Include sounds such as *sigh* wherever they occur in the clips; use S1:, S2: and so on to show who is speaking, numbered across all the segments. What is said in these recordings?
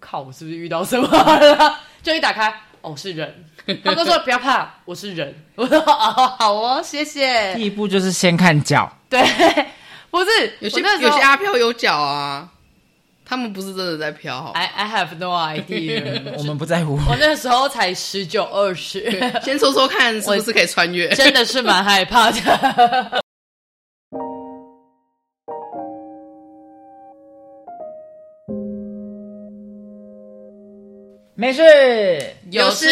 S1: 靠，我是不是遇到什么了？就一打开，哦，是
S2: *laughs*
S1: 人。他都说不要怕，我是人。 *laughs* 我说哦，好哦，谢谢。
S3: 第一步就是先看脚，
S1: 对，不是，
S2: 有些
S1: 我那时
S2: 有
S1: 候
S2: 些阿飘有脚啊，他们不是真的在飘，好吧
S1: I I have no idea。 *laughs*
S3: 我们不在乎。
S1: 我那时候才十九二
S2: *laughs*
S1: 十，
S2: 先说说看是不是可以穿越。
S1: 真的是蛮害怕的。
S3: 没事，
S2: *laughs* 有事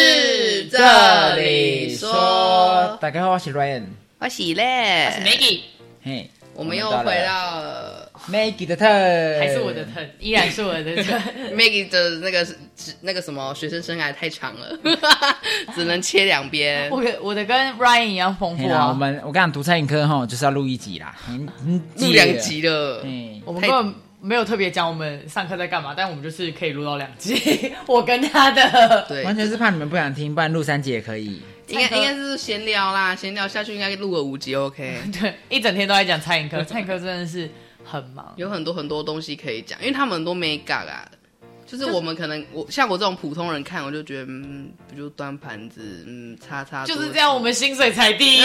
S3: 这
S2: 这
S3: 里
S2: 里
S3: 说
S2: 说，
S3: 大家好，我是 Ryan，
S2: 欢喜嘞，
S1: Maggie
S3: 嘿，
S2: 我们又
S3: 到了
S2: 回到了
S3: Maggie 的特，
S1: 还
S3: 还
S1: 是我的疼，依然是我的疼。
S2: Maggie 的那个那个什么学生生涯太长了， *laughs* 只能切两边。
S1: *laughs* 我的我的跟 Ryan 一样丰
S3: 嘿
S1: 富
S3: 啦，我
S1: 啊，
S3: 们我跟你讲，读餐饮科哈，就是要录一集啦，很很
S2: 录
S3: 解
S2: 两，集了，
S3: 嘿，
S1: 我们
S2: 太
S1: 根本没有特别讲我们上课在干嘛，但我们就是可以录到两集， *laughs* 我跟他的。
S2: 对，
S3: 完全是怕你们不想听，不然录三集也可以。
S2: 应该
S1: 唱歌
S2: 应该是闲聊啦，闲聊下去应该录个五集 OK，
S1: 对， *laughs* 一整天都在讲餐饮课，餐饮课真的是很忙。
S2: 有很多很多东西可以讲，因为他们很多没嘎啦。就是我们可能我像我这种普通人看，我就觉得嗯，不就端盘子，嗯，擦擦桌
S1: 就
S2: 子，
S1: 是这样，我们薪水才第一。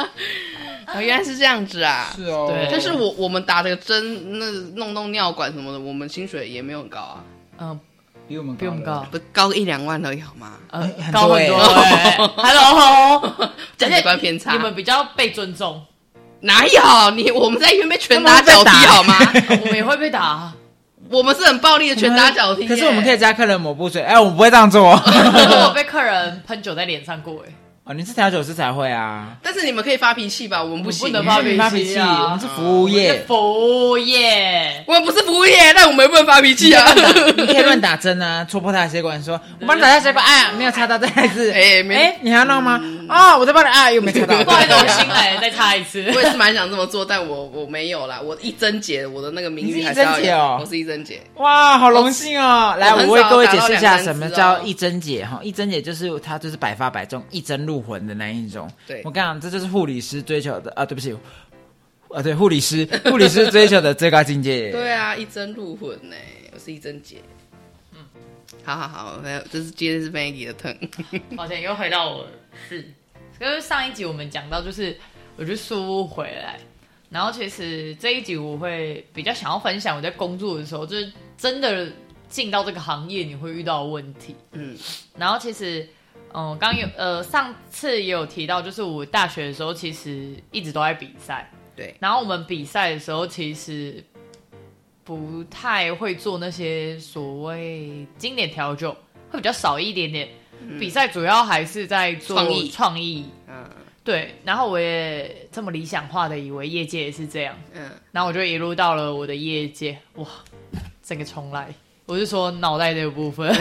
S2: *laughs* 哦，原来是这样子啊。
S3: 是哦
S1: 对
S2: 但是我我们打的针，那弄弄尿管什么的，我们薪水也没有很高啊，
S1: 嗯，
S3: 比我们
S1: 比我们高，
S2: 不高一两万而已好吗？
S1: 呃，
S3: 很
S1: 高
S3: 多
S1: 很
S3: 欸
S1: 多欸。Hello，
S2: 价值观偏差，
S1: 你们比较被尊重，
S2: 哪有你？我们在医院被拳打脚踢好吗？
S1: 我们也会被打啊。
S2: *laughs* 我们是很暴力的拳打脚踢耶、
S3: 可是我们可以加客人抹布水，哎，我们不会这样做。
S1: 我被客人喷酒在脸上过，哎，
S3: 哦，你是调酒师才会啊，
S2: 但是你们可以发脾气吧？我们不行
S1: 我们不能发脾气啊
S3: 发脾气，我们是服务
S1: 是
S3: 业，
S1: 服务业。
S2: *laughs* 我们不是服务业，但我们也不能发脾气啊！
S3: *laughs* 你可以乱打针啊，戳破他的血管，说我帮你打下血管，哎，没有插到，再来一次，
S2: 哎没嗯
S3: 哎，你还要弄吗？哦，我在帮你，啊，又
S2: *laughs*
S3: 没插到，
S1: 不好意思，我新来的，再插一次。
S2: 我也是蛮想这么做，但我我没有啦。我一针姐，我的那个名
S3: 你
S2: 誉
S3: 是
S2: 还是要
S3: 一针姐
S2: 有。
S3: 哦
S2: 我是一针姐，
S3: 哇，好荣幸哦！来，
S2: 我很
S3: 我
S2: 少
S3: 为各位解释一下什么
S2: 打到
S3: 叫
S2: 两三只哦
S3: 一针姐哈。一针姐就是她就是百发百中、一针入魂的那一种。
S2: 对
S3: 我跟你讲，这就是护理师追求的啊！对不起，啊，对，护理师， *laughs* 护理师追求的最高境界。
S2: 对啊，一针入魂呢、我是一针姐。嗯，好好好，还有这是今天是 Maggie 的疼，
S1: 抱歉，又回到我是，就是上一集我们讲到，就是我去苏屋回来，然后其实这一集我会比较想要分享我在工作的时候，就是真的进到这个行业你会遇到的问题。
S2: *laughs* 嗯，
S1: 然后其实，嗯，刚有呃上次也有提到，就是我大学的时候其实一直都在比赛，
S2: 对，
S1: 然后我们比赛的时候其实不太会做那些所谓经典调酒，会比较少一点点。比赛主要还是在做
S2: 嗯创意
S1: 创意
S2: 嗯
S1: 对。然后我也这么理想化的以为业界也是这样，
S2: 嗯，
S1: 然后我就一路到了我的业界，哇，整个重来。我是说脑袋这个部
S2: *laughs*
S1: 分。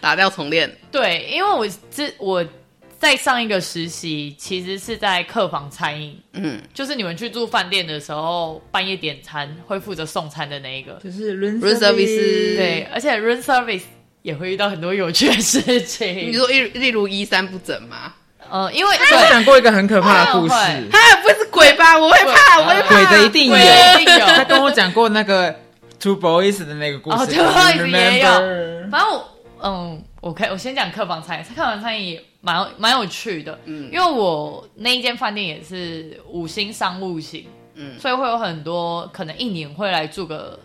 S2: 打掉重练，
S1: 对，因为我之我在上一个实习其实是在客房餐饮，
S2: 嗯，
S1: 就是你们去住饭店的时候半夜点餐会负责送餐的那一个。
S3: 就是 room
S2: Room service
S1: 对，而且 room service 也会遇到很多有趣的事情。
S2: 你说啊例例如衣衫不整吗？
S1: 呃，因为
S3: 我
S1: 对
S3: 讲过一个很可怕的故
S1: 当然
S3: 事
S1: 会，
S2: 他不是鬼啊吧？我会怕，我会怕。
S3: 鬼的一定有，
S1: 鬼一定有
S3: 他跟我讲过那个 Two Boys 的那个故事
S1: 哦，Two Boys 也有
S3: remember？
S1: 反正我嗯，我可以我先讲客房餐饮，客房餐饮也蛮有蛮有趣的，嗯，因为我那一间饭店也是五星商务型，嗯，
S2: 嗯
S1: 所以会有很多可能一年会来住个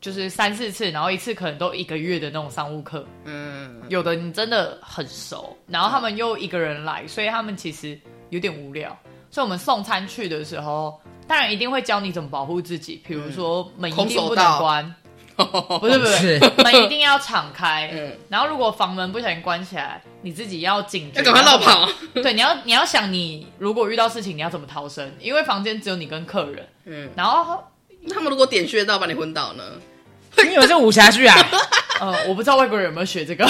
S1: 就是三四次，然后一次可能都一个月的那种商务客，
S2: 嗯， *laughs*
S1: 有的你真的很熟，然后他们又一个人来，所以他们其实有点无聊。所以我们送餐去的时候，当然一定会教你怎么保护自己，比如说门一
S2: 空
S1: 定
S2: 手
S1: 不能
S2: 道
S1: 关，不是不是， *laughs* 门一定要敞开。
S2: 嗯
S1: 然后如果房门不小心关起来，你自己要警觉，
S2: 要赶快绕。跑。
S1: *laughs* 对，你要你要想你如果遇到事情你要怎么逃生，因为房间只有你跟客人。
S2: 嗯，
S1: 然后
S2: 他们如果点穴道把你昏倒呢？
S3: 你以为是武侠
S1: *laughs*
S3: 剧啊？
S1: 呃，我不知道外国人有没有学
S2: *laughs*
S1: 这个，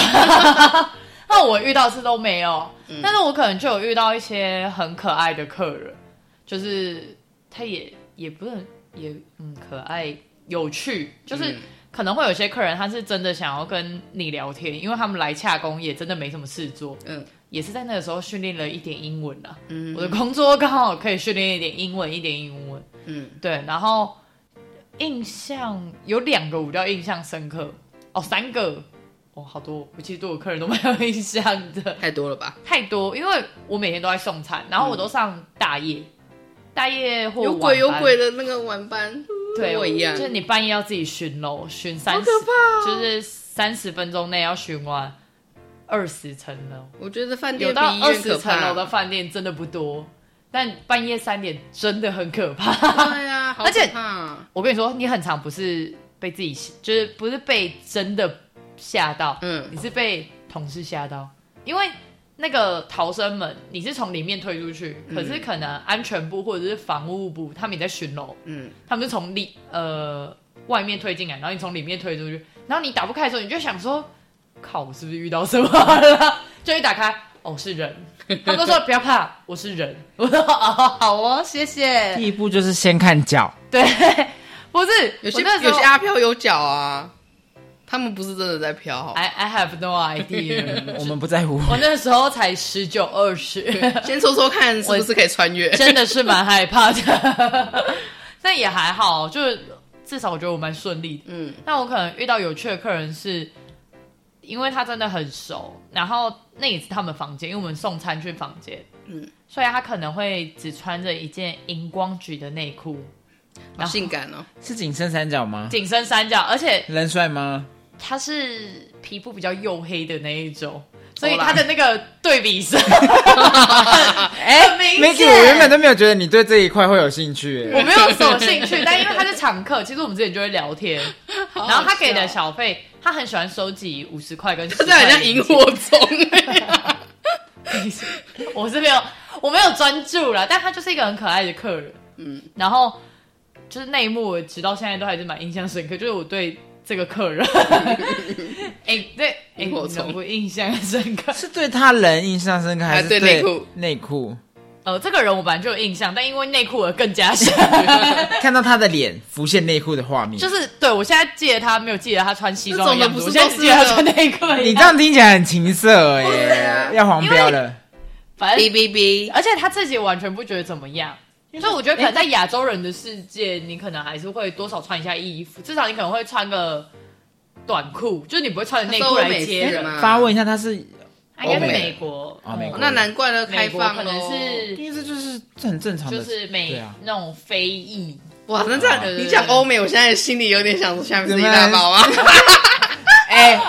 S1: 那我遇到是都没有，
S2: 嗯
S1: 但是我可能就有遇到一些很可爱的客人，就是他也也不能也嗯可爱有趣，就是
S2: 嗯
S1: 可能会有些客人他是真的想要跟你聊天，因为他们来洽工也真的没什么事做，
S2: 嗯
S1: 也是在那个时候训练了一点英文啦。
S2: 嗯
S1: 我的工作刚好可以训练一点英文，一点英文。
S2: 嗯
S1: 对，然后印象有两个我比较印象深刻。哦，三个，哦，好多，我其实对我客人都蛮有印象的， *laughs*
S2: 太多了吧？
S1: 太多，因为我每天都在送餐，然后我都上大夜，大夜或
S2: 有
S1: 晚
S2: 鬼有
S1: 班
S2: 鬼的那个晚班，
S1: 对，
S2: 跟我一样
S1: 就是你半夜要自己巡楼，巡三
S2: 好
S1: 十、
S2: 可怕哦
S1: 就是三十分钟内要巡完二十层楼，
S2: 我觉得饭
S1: 有
S2: 店比
S1: 到
S2: 医
S1: 二
S2: 院
S1: 十
S2: 可
S1: 层楼
S2: 怕。
S1: 的饭店真的不多，但半夜三点真的很可怕。
S2: 对啊，好
S1: 而且
S2: 可怕啊
S1: 我跟你说，你很常不是被自己吓，就是不是被真的吓到，
S2: 嗯
S1: 你是被同事吓到，因为那个逃生门你是从里面推出去，可是可能安全部或者是防务部他们也在巡楼，
S2: 嗯，
S1: 他们是从里呃外面推进来，然后你从里面推出去，然后你打不开的时候，你就想说，靠，我是不是遇到什么了？ *laughs* 就一打开，哦，是人。他们都说不要怕，我是人。我说哦，好哦，谢谢。
S3: 第一步就是先看脚，
S1: *laughs* 不是，
S2: 有些
S1: 我那时
S2: 有
S1: 候
S2: 些阿飘有脚啊，他们不是真的在飘，好吧
S1: I I have no idea。 *laughs*
S3: 我们不在乎。
S1: 我那时候才十九二十，
S2: 先说说看是不是可以穿越。
S1: *laughs* 真的是蛮害怕的。但也还好，就是至少我觉得我蛮顺利的。
S2: 嗯，
S1: 那我可能遇到有趣的客人是，因为他真的很熟，然后那也是他们房间，因为我们送餐去房间，嗯
S2: 嗯，
S1: 所以他可能会只穿着一件荧光橘的内裤，
S2: 好
S1: 然后 *laughs*
S2: 性感哦，
S3: 是紧身三角吗？
S1: 紧身三角，而且
S3: 人帅吗？
S1: 他是皮肤比较黝黑的那一种，所以
S2: 好啦
S1: 他的那个对比是
S3: 哎
S1: 很明显
S3: Maggie，我原本都没有觉得你对这一块会有兴趣。
S1: 我没有什么兴趣，但因为他是常客，其实我们之前就会聊天，然后他给的小费，他很喜欢收集五十块跟10
S2: 就
S1: 块
S2: 是很像
S1: 零
S2: 萤
S1: 钱
S2: 火
S1: *laughs*
S2: 虫。
S1: 我是没有，我没有专注啦，但他就是一个很可爱的客人，嗯，然后就是那一幕，我直到现在都还是蛮印象深刻，就是我对这个客人，哎、对，哎、
S2: 萤火
S1: 你怎
S2: 虫
S1: 么不印象深刻？
S3: 是对他人印象深刻，还是
S2: 还对内裤
S3: 内裤？
S1: 呃，这个人我本来就有印象，但因为内裤而更加
S2: *laughs*
S1: 深，
S3: 看到他的脸浮现内裤的画面，
S1: 就是对我现在记得他没有记得他穿西装的样子，
S2: 这
S1: 我
S2: 种
S1: 现
S2: 的
S1: 在
S2: 不
S1: 只记
S2: 是啊
S1: 得他
S2: 都是
S1: 穿内裤的样子，
S3: 你这样听起来很情色
S2: 对
S3: 耶
S2: 啊，
S3: 要黄标了。
S1: 反正
S2: B B B，
S1: 而且他自己完全不觉得怎么样。所以我觉得可能在亚洲人的世界，你可能还是会多少穿一下衣服，至少你可能会穿个短裤，就是你不会穿着内裤来接人。
S2: 嘛
S3: 发问一下，他是
S1: 他应该是
S2: 欧美
S1: 美国，
S3: 哦美国
S1: 那
S2: *laughs* 那难怪了，
S1: 美
S2: 开
S1: 国
S2: 放
S1: 可能
S2: 咯
S1: 是
S3: 因为这就是这很正常的，
S1: 就是美、
S3: 对啊。
S1: 那种非裔，
S2: 哇，那这样
S1: 对对对
S2: 你讲欧美，我现在心里有点想下面是一大包啊，
S3: 哎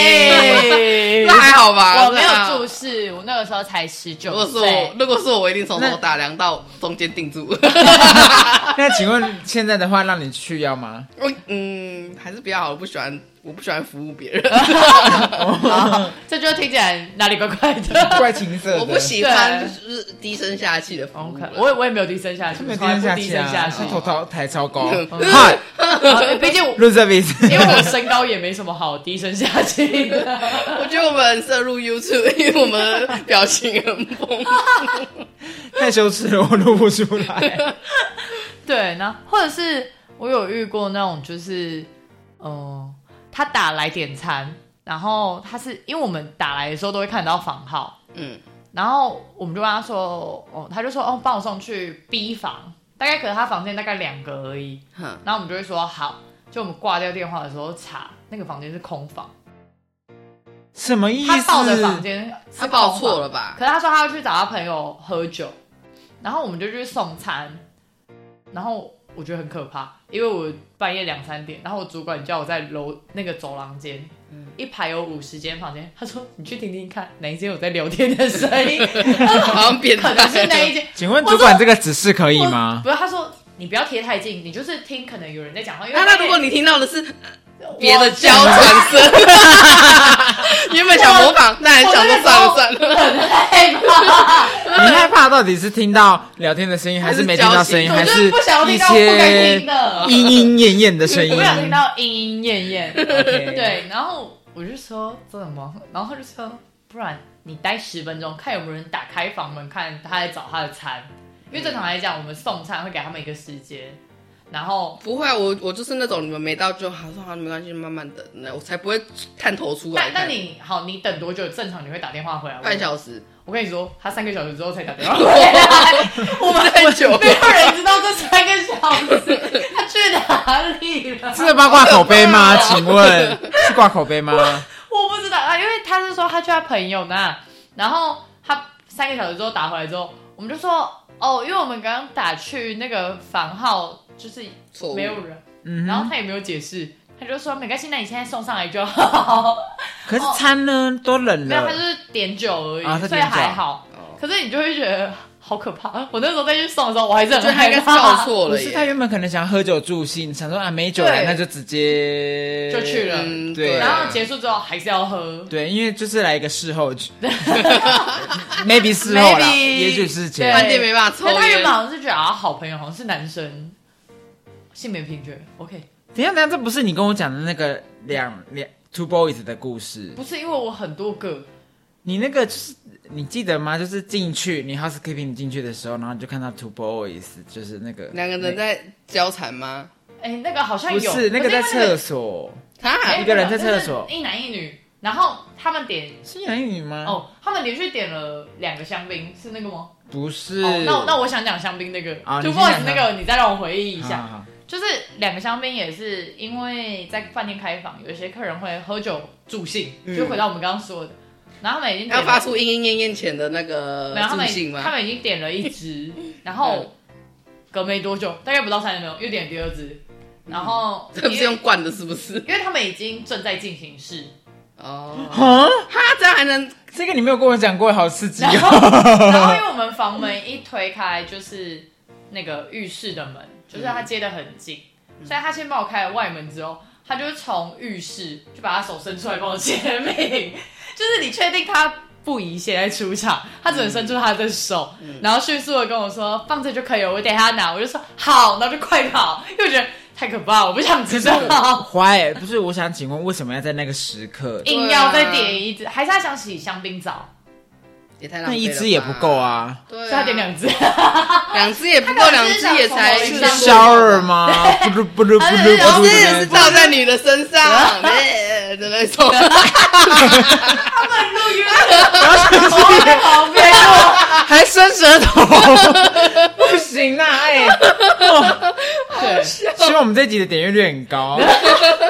S1: 哎
S2: 那 *laughs* 还好吧？
S1: *laughs* 我没
S2: 那
S1: 有注视，我那个时候才十
S2: 如
S1: 九
S2: 果是我，
S1: 岁，
S2: 如果是我，我一定从
S3: 那
S2: 头打量到中间定住。
S3: *laughs* 那请问现在的话，让你去要吗？
S2: 我嗯，还是比较好，我不喜欢，我不喜欢服务别 *laughs* 人，
S1: 好 *laughs* 这就听起来哪里怪怪的。
S3: 怪情色的，
S2: 我不喜欢
S1: 对
S2: 就是低声下气的服务
S1: OK，
S2: 啦。
S1: 我也我也没有低声下气，
S3: 没有低
S1: 从来
S3: 声
S1: 不
S3: 下
S1: 低
S3: 气
S1: 声下
S3: 啊，
S1: 气
S3: 他，头头抬超高。
S2: 嗯
S3: 嗨，
S1: 啊毕竟我
S3: 论 service，
S1: 因为我身高也没什么好低声下气
S3: *laughs*
S1: 的。
S2: 我觉得我们摄入 YouTube，因为我们的表情很丰富。
S3: 太羞耻了，我录不出
S1: *laughs*
S3: 来。
S1: 对，然后或者是我有遇过那种，就是嗯、呃他打来点餐，然后他是因为我们打来的时候都会看到房号，
S2: 嗯，
S1: 然后我们就跟他说，哦，他就说哦，帮我送去 B 房，大概可能他房间大概两个而已，
S2: 哼
S1: 然后我们就会说好，就我们挂掉电话的时候查那个房间是空房，
S3: 什么意思？
S1: 他报的房间是
S2: 他
S1: 空房
S2: 报错了吧？
S1: 可是他说他要去找他朋友喝酒，然后我们就去送餐，然后我觉得很可怕，因为我半夜两三点，然后我主管叫我在楼那个走廊间，
S2: 嗯
S1: 一排有五十间房间，他说你去听听看哪一间有在聊天的声音，
S2: *laughs* 好像变
S1: 可
S2: 态
S1: 能是那一间，
S3: 请问主管这个指示可以
S1: 我
S3: 吗？
S1: 不是，他说你不要贴太近，你就是听可能有人在讲话，因为
S2: 那那如果你听到的是
S1: 我
S2: 别的娇喘声， *laughs* 原本想模仿，但还想说算了算了，
S1: 很害怕。
S3: 你害怕到底是听到聊天的声音，还是没听到声音，
S1: 还
S3: 还
S1: 是
S3: 是
S1: 不想要
S3: 一
S1: 听到不该
S3: 些
S1: 听的
S3: 莺莺燕燕的声音
S1: 我不？想听到莺莺燕
S2: *laughs*
S1: 燕。
S3: OK
S1: 对，然后我就说这怎么？然后他就说，不然你待十分钟，看有没有人打开房门，看他在找他的餐。因为正常来讲，我们送餐会给他们一个时间，然后
S2: 不会啊，我我就是那种你们没到就好，说好没关系，慢慢等，那我才不会探头出来
S1: 但
S2: 看。
S1: 但你好，你等多久？正常你会打电话回来？
S2: 半
S1: 我
S2: 小时
S1: 我跟你说，他三个小时之后才打
S3: *laughs*
S1: 电话回来，我们
S2: 太久了
S1: 没，有人知道这三个小时他去哪里了。 *laughs*
S3: 是八卦口碑吗？请问是挂口碑吗？
S1: 我不知道啊，因为他是说他去他朋友那，然后他三个小时之后打回来之后，我们就说哦，因为我们刚刚打去那个房号就是
S2: 错误
S1: 没有人，
S3: 嗯
S1: 然后
S3: 哼，
S1: 他也没有解释，他就说没关系，那你现在送上来就好。
S3: 可是餐呢都冷
S1: 没有，他就
S3: 了，
S1: 是点酒而已，
S3: 啊他
S1: 所以
S3: 点酒
S1: 还好。
S2: 哦，
S1: 可是你就会觉得好可怕。我那时候再去送的时候，我还是
S2: 我觉
S1: 很
S2: 得他
S1: 害
S2: 应该是
S1: 怕，
S2: 照错
S3: 不
S2: 了
S3: 是他
S2: 耶。
S3: 原本可能想喝酒助兴，想说啊没酒了，
S1: 对
S3: 那就直接
S1: 就去了
S2: 嗯，
S3: 对啊
S1: 然后结束之后还是要喝。
S3: 对，因为就是来一个事后
S1: *laughs*
S3: ，maybe 事后啦，
S1: Maybe
S3: 也许是前
S1: 对
S2: 饭店没办法抽
S1: 但他原
S2: 烟
S1: 本，好像是觉得啊，好朋友好像是男生，性别平权。OK，
S3: 等一下，等一下，这不是你跟我讲的那个两两 two boys 的故事？
S1: 不是因为我很多个，
S3: 你那个就是你记得吗？就是进去你 housekeeping 进去的时候，然后你就看到 two boys，就是那个
S2: 两个人
S3: 那
S2: 在交缠吗？
S1: 哎，那个好像
S3: 不
S1: 有，
S3: 是那个在厕
S1: 所，
S3: 所，
S2: 啊
S1: 没有
S3: 一个人在厕所
S1: 就是一男一女，然后他们点
S3: 是男女吗？，
S1: 哦，他们连续点了两个香槟，是那个吗？
S3: 不是。
S1: 哦，那那我想讲香槟那个，
S3: 啊
S1: 就
S3: 你
S1: 不
S3: 先
S1: 好意
S3: 讲
S1: 思，那
S3: 香
S1: 个你再让我回忆一
S3: 一
S1: 下。就是两个香槟也是因为在饭店开房，有一些客人会喝酒助兴，
S2: 嗯
S1: 就回到我们刚刚说的，然后他们已经点
S2: 要
S1: 了
S2: 发出莺莺燕燕前的那个
S1: 没有他
S2: 助
S1: 们
S2: 兴
S1: 他
S2: *laughs* 吗？
S1: 们已经点了一
S2: *laughs*
S1: 支，然后隔没多久，大概不到三十秒又点第二支，然后
S2: 嗯这不是
S1: 因为
S2: 用灌的，是不是？
S1: 因为他们已经正在进行式，
S2: 哦，
S3: 啊，
S2: 哈，这样还能
S3: 这个你没有跟我讲过，好刺激
S1: *laughs* 然
S3: 哦！
S1: 后然后因为我们房门一推开就是那个浴室的门，就是他接的很近，所以他先帮我开了外门之后，他就是从浴室就把他手伸出来帮我接命，就是你确定他。不宜现在出场，他只能伸出他的手，然后迅速的跟我说放这就可以了，我等一下拿，我就说好，然后就快跑，因为我觉得太可怕，我不想知道，
S3: 坏，不是我想请问，为什么要在那个时刻？
S1: *laughs* 硬要再点一支，还是他想洗香槟澡，
S2: 也太浪
S3: 那
S2: 费了
S3: 一
S2: 吧
S3: 支也不够，啊，
S2: 对
S1: 所以
S2: 啊，
S1: 他点 *laughs* 两支，
S2: 两支也不够，
S1: 他可
S2: 两
S1: 能是
S2: 支也才
S1: 想从楼上
S3: 是
S1: 过
S2: 一个
S3: 肖二吗？
S1: *laughs*
S3: 不噜不噜不
S1: 他
S3: 噜
S1: 是
S3: 不
S2: 不是
S3: 噜
S2: 是
S3: 不噜，
S2: 倒在你的身上，
S3: *laughs*
S2: 呃的那种。
S1: 他们录音 *laughs* 了，我在旁边哦。
S3: 还伸舌
S1: *laughs*
S3: 头，不行啊！哎、
S1: *laughs* 对
S3: *laughs* 希望我们这集的点阅率很高。
S1: *laughs*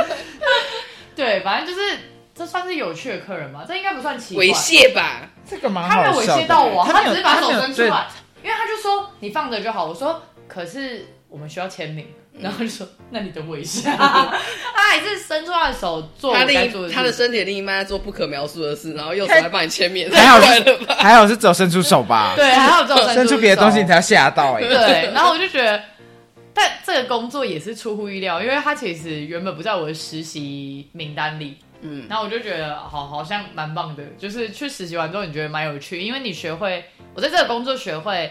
S1: 对，反正就是这算是有趣的客人吧，这应该不算奇怪。
S2: 猥亵吧，
S3: 这个蛮
S1: 他
S3: 好
S1: 没有猥
S3: 笑的
S1: 亵到我，
S3: 他
S1: 他
S3: 没有
S1: 只是把手
S3: 他没有
S1: 伸出来，因为他就说你放着就好。我说可是我们需要签名，然后他就说那你等我一下。他还是伸出他的手做 *laughs*
S2: 他
S1: 我
S2: 另
S1: 该做的
S2: 一
S1: 事
S2: 他的身体的另一半在做不可描述的事，然后右手
S3: 太
S2: 还帮你牵面，
S3: 还好
S2: 太快乐
S3: 是
S2: 吧？
S3: 还好是只有伸出手吧，
S1: 对，还有这种
S3: 伸
S1: 出
S3: 出别的东西你
S1: 手
S3: 才要吓到哎、
S2: *laughs*
S1: 对，然后我就觉得，但这个工作也是出乎意料，因为他其实原本不在我的实习名单里。
S2: 嗯
S1: 嗯，然后我就觉得好，好像蛮棒的，就是去实习完之后，你觉得蛮有趣，因为你学会，我在这个工作学会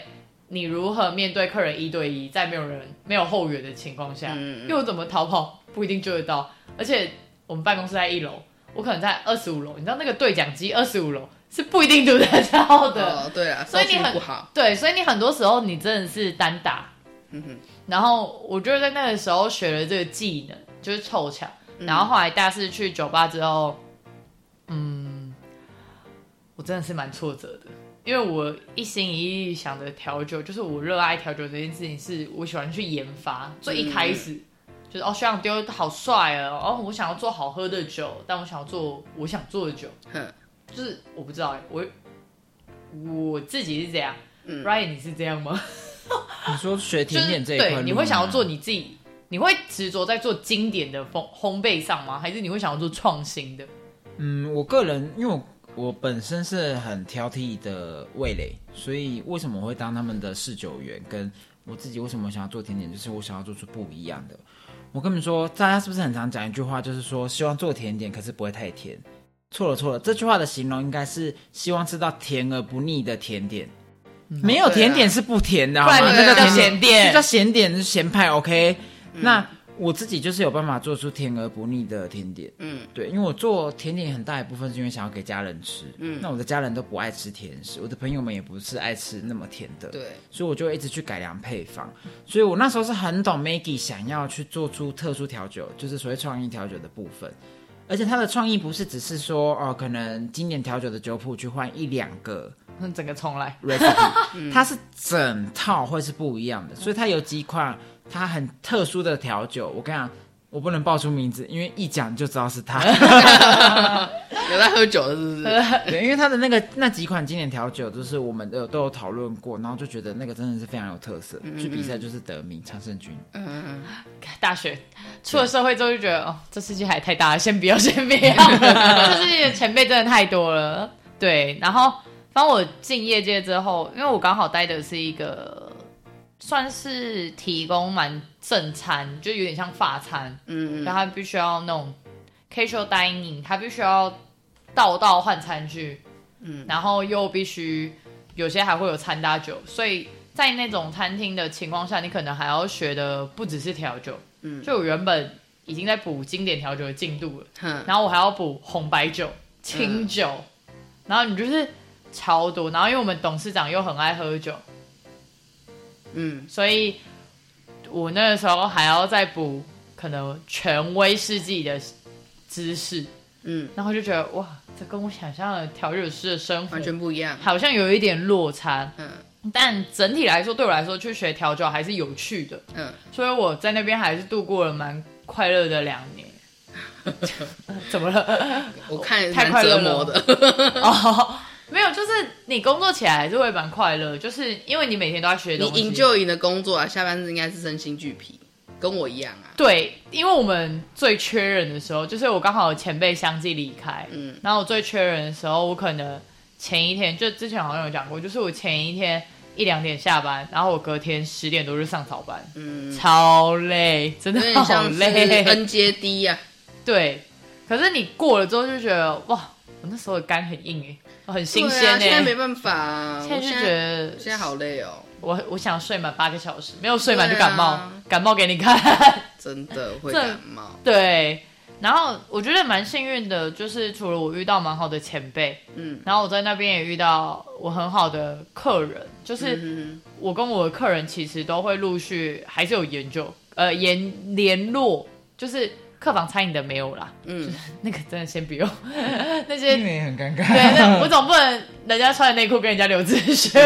S1: 你如何面对客人一对一，在没有人、没有后援的情况下，
S2: 嗯嗯
S1: 因为我怎么逃跑不一定追得到，而且我们办公室在一楼，我可能在二十五楼，你知道那个对讲机二十五楼是不一定读得到的，
S2: 哦，对啊，
S1: 所以你
S2: 收
S1: 很
S2: 视不好，
S1: 对，所以你很多时候你真的是单打。
S2: 嗯哼，
S1: 然后我就在那个时候学了这个技能，就是凑巧。
S2: 嗯
S1: 然后后来大四去酒吧之后，嗯，我真的是蛮挫折的，因为我一心一意想着调酒，就是我热爱调酒这件事情，是我喜欢去研发。最一开始、
S2: 嗯
S1: 就是哦，学长丢好帅哦，哦，我想要做好喝的酒，但我想要做我想做的酒，
S2: 哼
S1: 就是我不知道欸我我自己是这样、
S2: 嗯
S1: r y a n 你是这样吗？
S3: 你说
S1: *laughs*
S3: 学
S1: 就
S3: 甜
S1: 是
S3: 点这一块，啊
S1: 对，你会想要做？你自己，你会执着在做经典的烘烘焙上吗？还是你会想要做创新的？
S3: 嗯，我个人因为我我本身是很挑剔的味蕾，所以为什么我会当他们的试酒员？跟我自己为什么想要做甜点，就是我想要做出不一样的。我跟你们说，大家是不是很常讲一句话，就是说希望做甜点，可是不会太甜。错了错了，这句话的形容应该是希望吃到甜而不腻的甜点。没有
S2: 对啊
S3: 甜点是不甜的，
S1: 不然
S3: 好吗
S1: 你
S3: 这
S1: 这
S3: 个
S1: 个叫咸
S3: 甜点嗯
S1: 点
S3: 这叫咸点是咸派，OK？、那我自己就是有办法做出甜而不腻的甜点，
S2: 嗯
S3: 嗯，对，因为我做甜点很大一部分是因为想要给家人吃，嗯，那我的家人都不爱吃甜食，我的朋友们也不是爱吃那么甜
S1: *laughs*
S3: 的，
S2: 对，
S3: 所以我就一直去改良配方，所以我那时候是很懂 Maggie 想要去做出特殊调酒，就是所谓创意调酒的部分。而且它的创意不是只是说哦，可能经典调酒的酒谱去换一两个
S1: 那整个重来，
S3: recipe，它是整套会是不一样的，所以它有几款它很特殊的调酒。我跟你讲，我不能报出名字，因为一讲就知道是他。
S2: 有在喝酒的是不是？
S3: 对，因为他的那个那几款经典调酒，就是我们呃都有讨论过，然后就觉得那个真的是非常有特色。
S1: 嗯
S3: 去比赛就是得名常胜军，
S1: 大学出了社会之后就觉得，哦，这世界还太大了，先不要，先不要， *laughs* 这世界的前辈真的太多了。对，然后反正我进业界之后，因为我刚好待的是一个算是提供蛮正餐，就有点像法餐，嗯，然后他必须要那种 casual dining，他必须要道道换餐具，嗯，然后又必须有些还会有餐搭酒，所以在那种餐厅的情况下，你可能还要学的不只是调酒，嗯，就我原本已经在补经典调酒的进度了，
S2: 哼，
S1: 然后我还要补红白酒、清酒，然后你就是超多，然后因为我们董事长又很爱喝酒，
S2: 嗯，
S1: 所以我那个时候还要再补可能全威士忌的知识，
S2: 嗯，
S1: 然后就觉得哇，这跟我想象的调酒师的生活
S2: 完全不一样。
S1: 好像有一点落差，
S2: 嗯
S1: 但整体来说，对我来说去学调酒还是有趣的，
S2: 嗯，
S1: 所以我在那边还是度过了蛮快乐的两
S2: *laughs*
S1: 年。怎么了？
S2: 我看
S1: 太
S2: 蛮
S1: 快乐
S2: 折
S1: 了
S2: 磨的。
S1: *laughs* 哦，没有，就是你工作起来还是会蛮快乐，就是因为你每天都在学
S2: 你
S1: 东西。
S2: enjoy 你的工作啊，下班是应该是身心俱疲，跟我一样啊。
S1: 对，因为我们最缺人的时候，就是我刚好前辈相继离开，嗯
S2: 嗯，
S1: 然后我最缺人的时候，我可能前一天就之前好像有讲过，就是我前一天一两点下班，然后我隔天十点多就上早班，
S2: 嗯，
S1: 超累，真的
S2: 有点
S1: 好
S2: 像是
S1: 累。
S2: N 阶 D 啊，
S1: 对，可是你过了之后就觉得哇，我那时候的肝很硬哎、很新
S2: 对
S1: 鲜
S2: 啊，现在
S1: 哎、
S2: 没办法啊，
S1: 现在
S2: 我
S1: 就
S2: 现
S1: 觉
S2: 在
S1: 得
S2: 现在好累哦，
S1: 我我想睡满八个小时，没有睡满就
S2: 对啊
S1: 感冒，感冒给你看。
S2: 真的会
S1: 这
S2: 感冒。
S1: 对，然后我觉得蛮幸运的，就是除了我遇到蛮好的前辈，
S2: 嗯
S1: 然后我在那边也遇到我很好的客人，就是
S2: 嗯
S1: 我跟我的客人其实都会陆续还是有研究，呃，研联络，就是客房餐饮的没有啦，
S2: 嗯，
S1: *laughs* 那个真的先不用， *laughs* 那些
S3: 因为也很尴
S1: 对，
S3: 尬。
S1: 那我总不能人家穿的内裤跟人家留自
S2: *laughs*
S1: 学。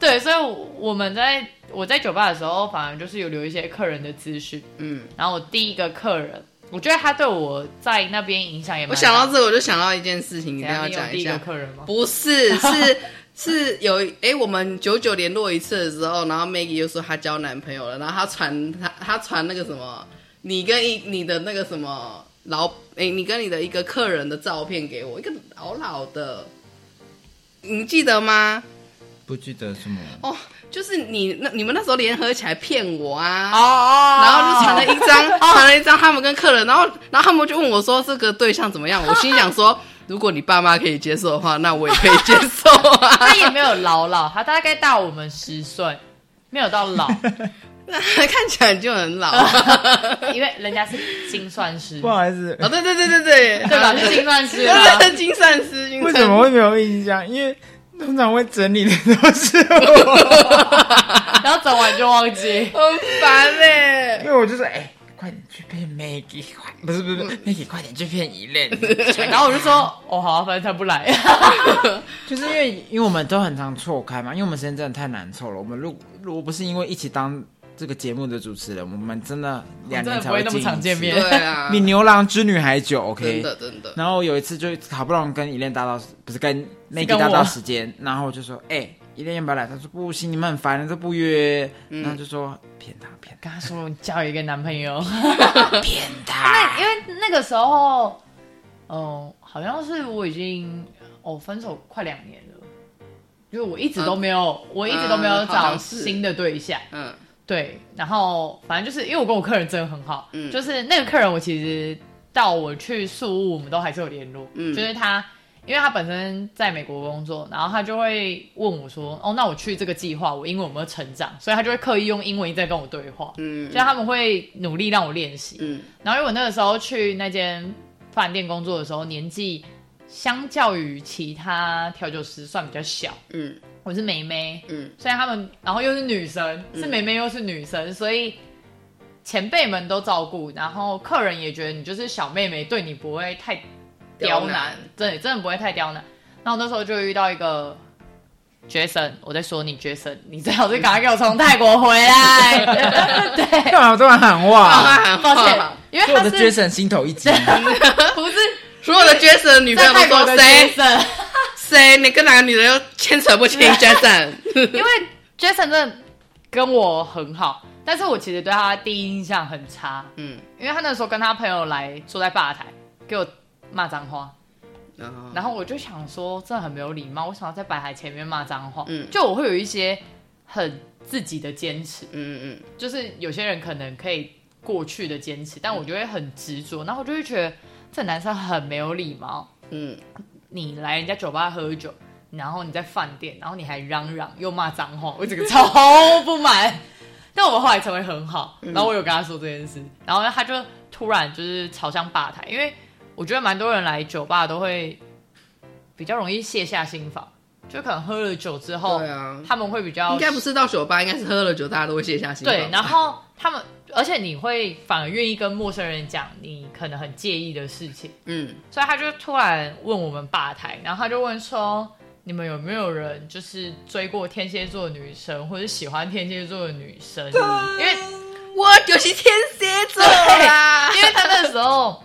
S1: 对，所以我们在我在酒吧的时候，反而就是有留一些客人的资讯。
S2: 嗯，
S1: 然后我第一个客人，我觉得他对我在那边影响也蛮
S2: 我
S1: 大。
S2: 想到这个，我就想到一件事情，一定
S1: 怎样
S2: 要
S1: 你有
S2: 讲
S1: 第
S2: 一
S1: 一个
S2: 下。
S1: 客人吗？
S2: 不是，是 *laughs* 是有哎、我们九九联络一次的时候，然后 Maggie 就说她交男朋友了，然后她传她她传那个什么，你跟一你的那个什么老哎、你跟你的一个客人的照片给我，一个老老的，你记得吗？
S3: 不记得什么，
S2: 哦，就是你那你们那时候联合起来骗我啊。
S1: 哦哦，
S2: 然后就传了一张，传了一张他们跟客人，然后然后他们就问我说这个对象怎么样？我心想说，如果你爸妈可以接受的话，那我也可以接受啊。
S1: 他也没有老老， *laughs* 他大概大我们十岁，没有到
S2: *laughs*
S1: 老，
S2: 看起来就很老啊！
S1: 因为人家是精算师
S3: 不，好意思，
S2: *laughs*
S1: 嗯
S2: 哦对对对对对，
S1: 对吧？是精算师啊吧？
S2: *laughs* 对金善师，金善师
S3: 为什么会没有印象？因为通常会整理的都是我，
S1: 然后整完就忘
S2: *laughs*
S1: 记。
S2: 很烦嘞、
S3: *laughs* 因为我就是哎、快点去骗 Maggie，快不是不是不
S1: 嗯
S3: 是 Maggie，快点去骗一类。
S1: 然后我就说，哦好、反正他不
S2: *laughs*
S1: 来。
S3: *laughs* 就是因为因为我们都很常错开嘛，因为我们时间真的太难凑了。我们如如果不是因为一起当这个节目的主持人，我们真的两
S1: 真的
S3: 年才
S1: 不会那
S3: 见
S1: 么常
S3: 一
S1: 见
S3: 次
S1: 面
S2: *laughs* 对 *laughs* 啊
S3: 比，牛郎织女还久
S2: 真
S3: ，OK。
S2: 的真的，
S3: 然后有一次就好不容易跟依恋搭到，不是跟 Maggie
S1: 跟
S3: 搭
S1: 我
S3: 到时间，然后我就说，哎、依恋要不要来？他说不行，你们很烦，都不约。然后就说骗他骗
S1: 跟他说你交一个男朋友，
S3: 他骗
S1: 啊那
S2: 啊
S3: 他，
S1: 因为那个时候，嗯，好像是我已经哦分手快两年了，因为我一直都没有，我一直都没有
S2: 嗯好
S1: 找
S2: 像是
S1: 新的对象。
S2: 嗯
S1: 对，然后反正就是因为我跟我客人真的很好，
S2: 嗯
S1: 就是那个客人我其实到我去宿务，我们都还是有联络，
S2: 嗯
S1: 就是他。因为他本身在美国工作，然后他就会问我说：“哦，那我去这个计划，我英文有没有成长？”所以他就会刻意用英文一直在跟我对话，
S2: 嗯
S1: 所以他们会努力让我练习。
S2: 嗯
S1: 然后因为我那个时候去那间饭店工作的时候，年纪相较于其他调酒师算比较小，
S2: 嗯
S1: 我是妹妹，
S2: 嗯
S1: 所以他们然后又是女生，是妹妹又是女生，所以前辈们都照顾，然后客人也觉得你就是小妹妹，对你不会太
S2: 刁
S1: 刁难
S2: 难，
S1: 对，真的不会太刁难。然后那时候就遇到一个 Jason，我在说你 Jason，你最好是赶快给我从泰国回来。对，
S3: 干嘛突然喊
S1: *laughs*
S2: 啊
S3: 话？
S1: 抱歉，因为
S3: 所有
S1: 他
S3: 的
S1: 是
S3: Jason 心头一惊，
S1: 不是
S2: 所有的 Jason 的女朋
S1: 在
S2: 友都
S1: 泰国
S2: 说
S1: 的
S2: 谁
S1: Jason，
S2: 谁，你跟哪个女人又牵扯 *laughs* 不清 Jason？
S1: *laughs* 因为 Jason 真的跟我很好，但是我其实对他的第一印象很差，
S2: 嗯，
S1: 因为他那时候跟他朋友来坐在吧台，给我骂脏话。
S2: 然后
S1: 然后我就想说，真的很没有礼貌，为什么要在摆台前面骂脏话？
S2: 嗯
S1: 就我会有一些很自己的坚持，
S2: 嗯嗯
S1: 就是有些人可能可以过去的坚持，
S2: 嗯
S1: 但我就会很执着，然后我就会觉得这男生很没有礼貌。
S2: 嗯
S1: 你来人家酒吧喝酒，然后你在饭店，然后你还嚷嚷又骂脏话，我整个超不满。但我们后来成为很好，然后我有跟他说这件事，然后他就突然就是朝向吧台，因为我觉得蛮多人来酒吧都会比较容易卸下心防，就可能喝了酒之后，
S2: 对啊
S1: 他们会比较
S2: 嗯，应该不是到酒吧，应该是喝了酒，大家都会卸下心防。
S1: 对，然后他们，而且你会反而愿意跟陌生人讲你可能很介意的事情。
S2: 嗯
S1: 所以他就突然问我们吧台，然后他就问说：“你们有没有人就是追过天蝎座的女生，或者喜欢天蝎座的女生？”因为
S2: 我就是天蝎座啊啦，
S1: 因为他那时候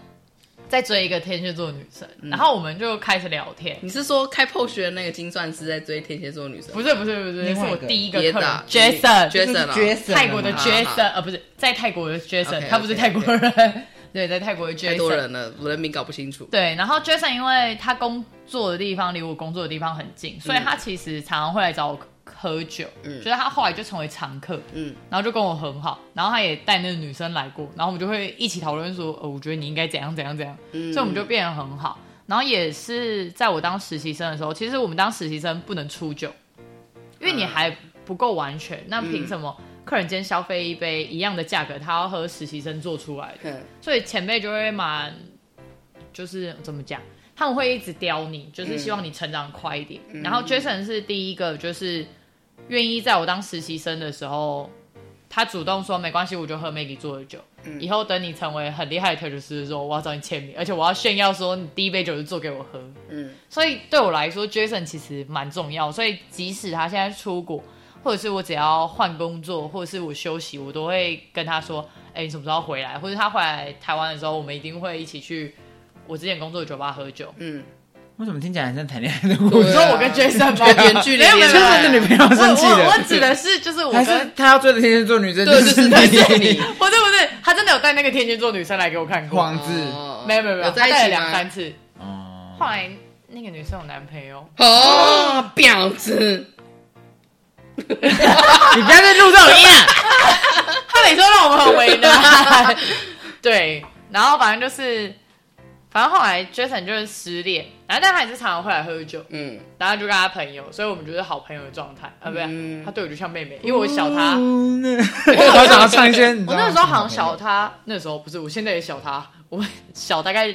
S1: 在追一个天蝎座的女生，
S2: 嗯
S1: 然后我们就开始聊天。
S2: *laughs* 你是说开破学的那个精算师在追天蝎座女生？
S1: 不是不是不是，
S3: 另
S1: 是
S3: 外一
S1: 我
S3: 个
S1: 第一个
S2: 别
S1: 客人
S2: 的啊
S1: Jason
S2: Jason 啊，
S3: Jason
S1: 泰国的
S2: 好好
S1: Jason 呃不是在泰国的 Jason，
S2: OK，
S1: 他不是
S2: OK，
S1: 泰国人，对，在泰国的 Jason，
S2: 太多人了，人民搞不清楚。
S1: 对，然后 Jason 因为他工作的地方离我工作的地方很近，所以他其实常常会来找我喝酒，
S2: 嗯
S1: 就是他后来就成为常客，
S2: 嗯
S1: 然后就跟我很好，然后他也带那个女生来过，然后我们就会一起讨论说，哦，我觉得你应该怎样怎样怎样，
S2: 嗯，
S1: 所以我们就变得很好。然后也是在我当实习生的时候，其实我们当实习生不能出酒，因为你
S2: 嗯
S1: 还不够完全，那凭什么客人间消费一杯一样的价格，他要喝实习生做出来的？
S2: 嗯
S1: 所以前辈就会蛮，就是怎么讲，他们会一直刁你，就是希望你成长快一点。然后 Jason 是第一个，就是愿意在我当实习生的时候，他主动说没关系，我就喝 Maggie 做的酒。以后等你成为很厉害的调酒师的时候，我要找你签名，而且我要炫耀说你第一杯酒是做给我喝。
S2: 嗯
S1: 所以对我来说，Jason 其实蛮重要。所以即使他现在出国，或者是我只要换工作，或者是我休息，我都会跟他说：“哎、你什么时候回来？”或者他回来台湾的时候，我们一定会一起去我之前工作的酒吧喝酒。
S2: 嗯，
S3: 为什么听起来很像谈恋爱的故
S1: 你
S3: 事？
S1: 说我跟 Jason 吗？
S2: 远距离
S1: 没有没有没
S2: 恋
S1: 有
S2: 爱
S3: Jason 啊的女朋友
S1: 我
S3: 生气
S1: 我我指
S3: 了，
S1: 的是就是我
S3: 还
S1: 跟
S3: 是他要追的天蝎座女生
S2: 对，
S3: 就
S2: 就是他是
S3: 你
S2: 你，
S1: 不对不对，他真的有带那个天蝎座女生来给我看过，
S3: 幌子？
S2: 哦
S1: 没有没有没
S2: 有
S1: 他
S2: 在一
S1: 带了
S2: 起
S1: 两
S2: 吗
S1: 三？次，
S3: *laughs* 哦，
S1: 后来那个女生有男朋友。
S2: 哦，婊
S1: *laughs*
S2: 子！
S3: 你不要在路上
S2: *laughs*
S3: 有样。
S1: 他每次都让我们很为
S3: *laughs*
S1: 难。对，然后反正就是，反正后来 Jason 就是失恋，然后但他还是常常会来喝酒，
S2: 嗯，
S1: 然后就跟他朋友，所以我们就是好朋友的状态啊，不对，
S2: 嗯
S1: 他对我就像妹妹，因为我小他，
S3: *laughs* 我好想要唱一些，你知
S1: 我
S3: 道
S1: 那
S3: 吗
S1: 时候好像小他，那时候不是，我现在也小他，我们小大概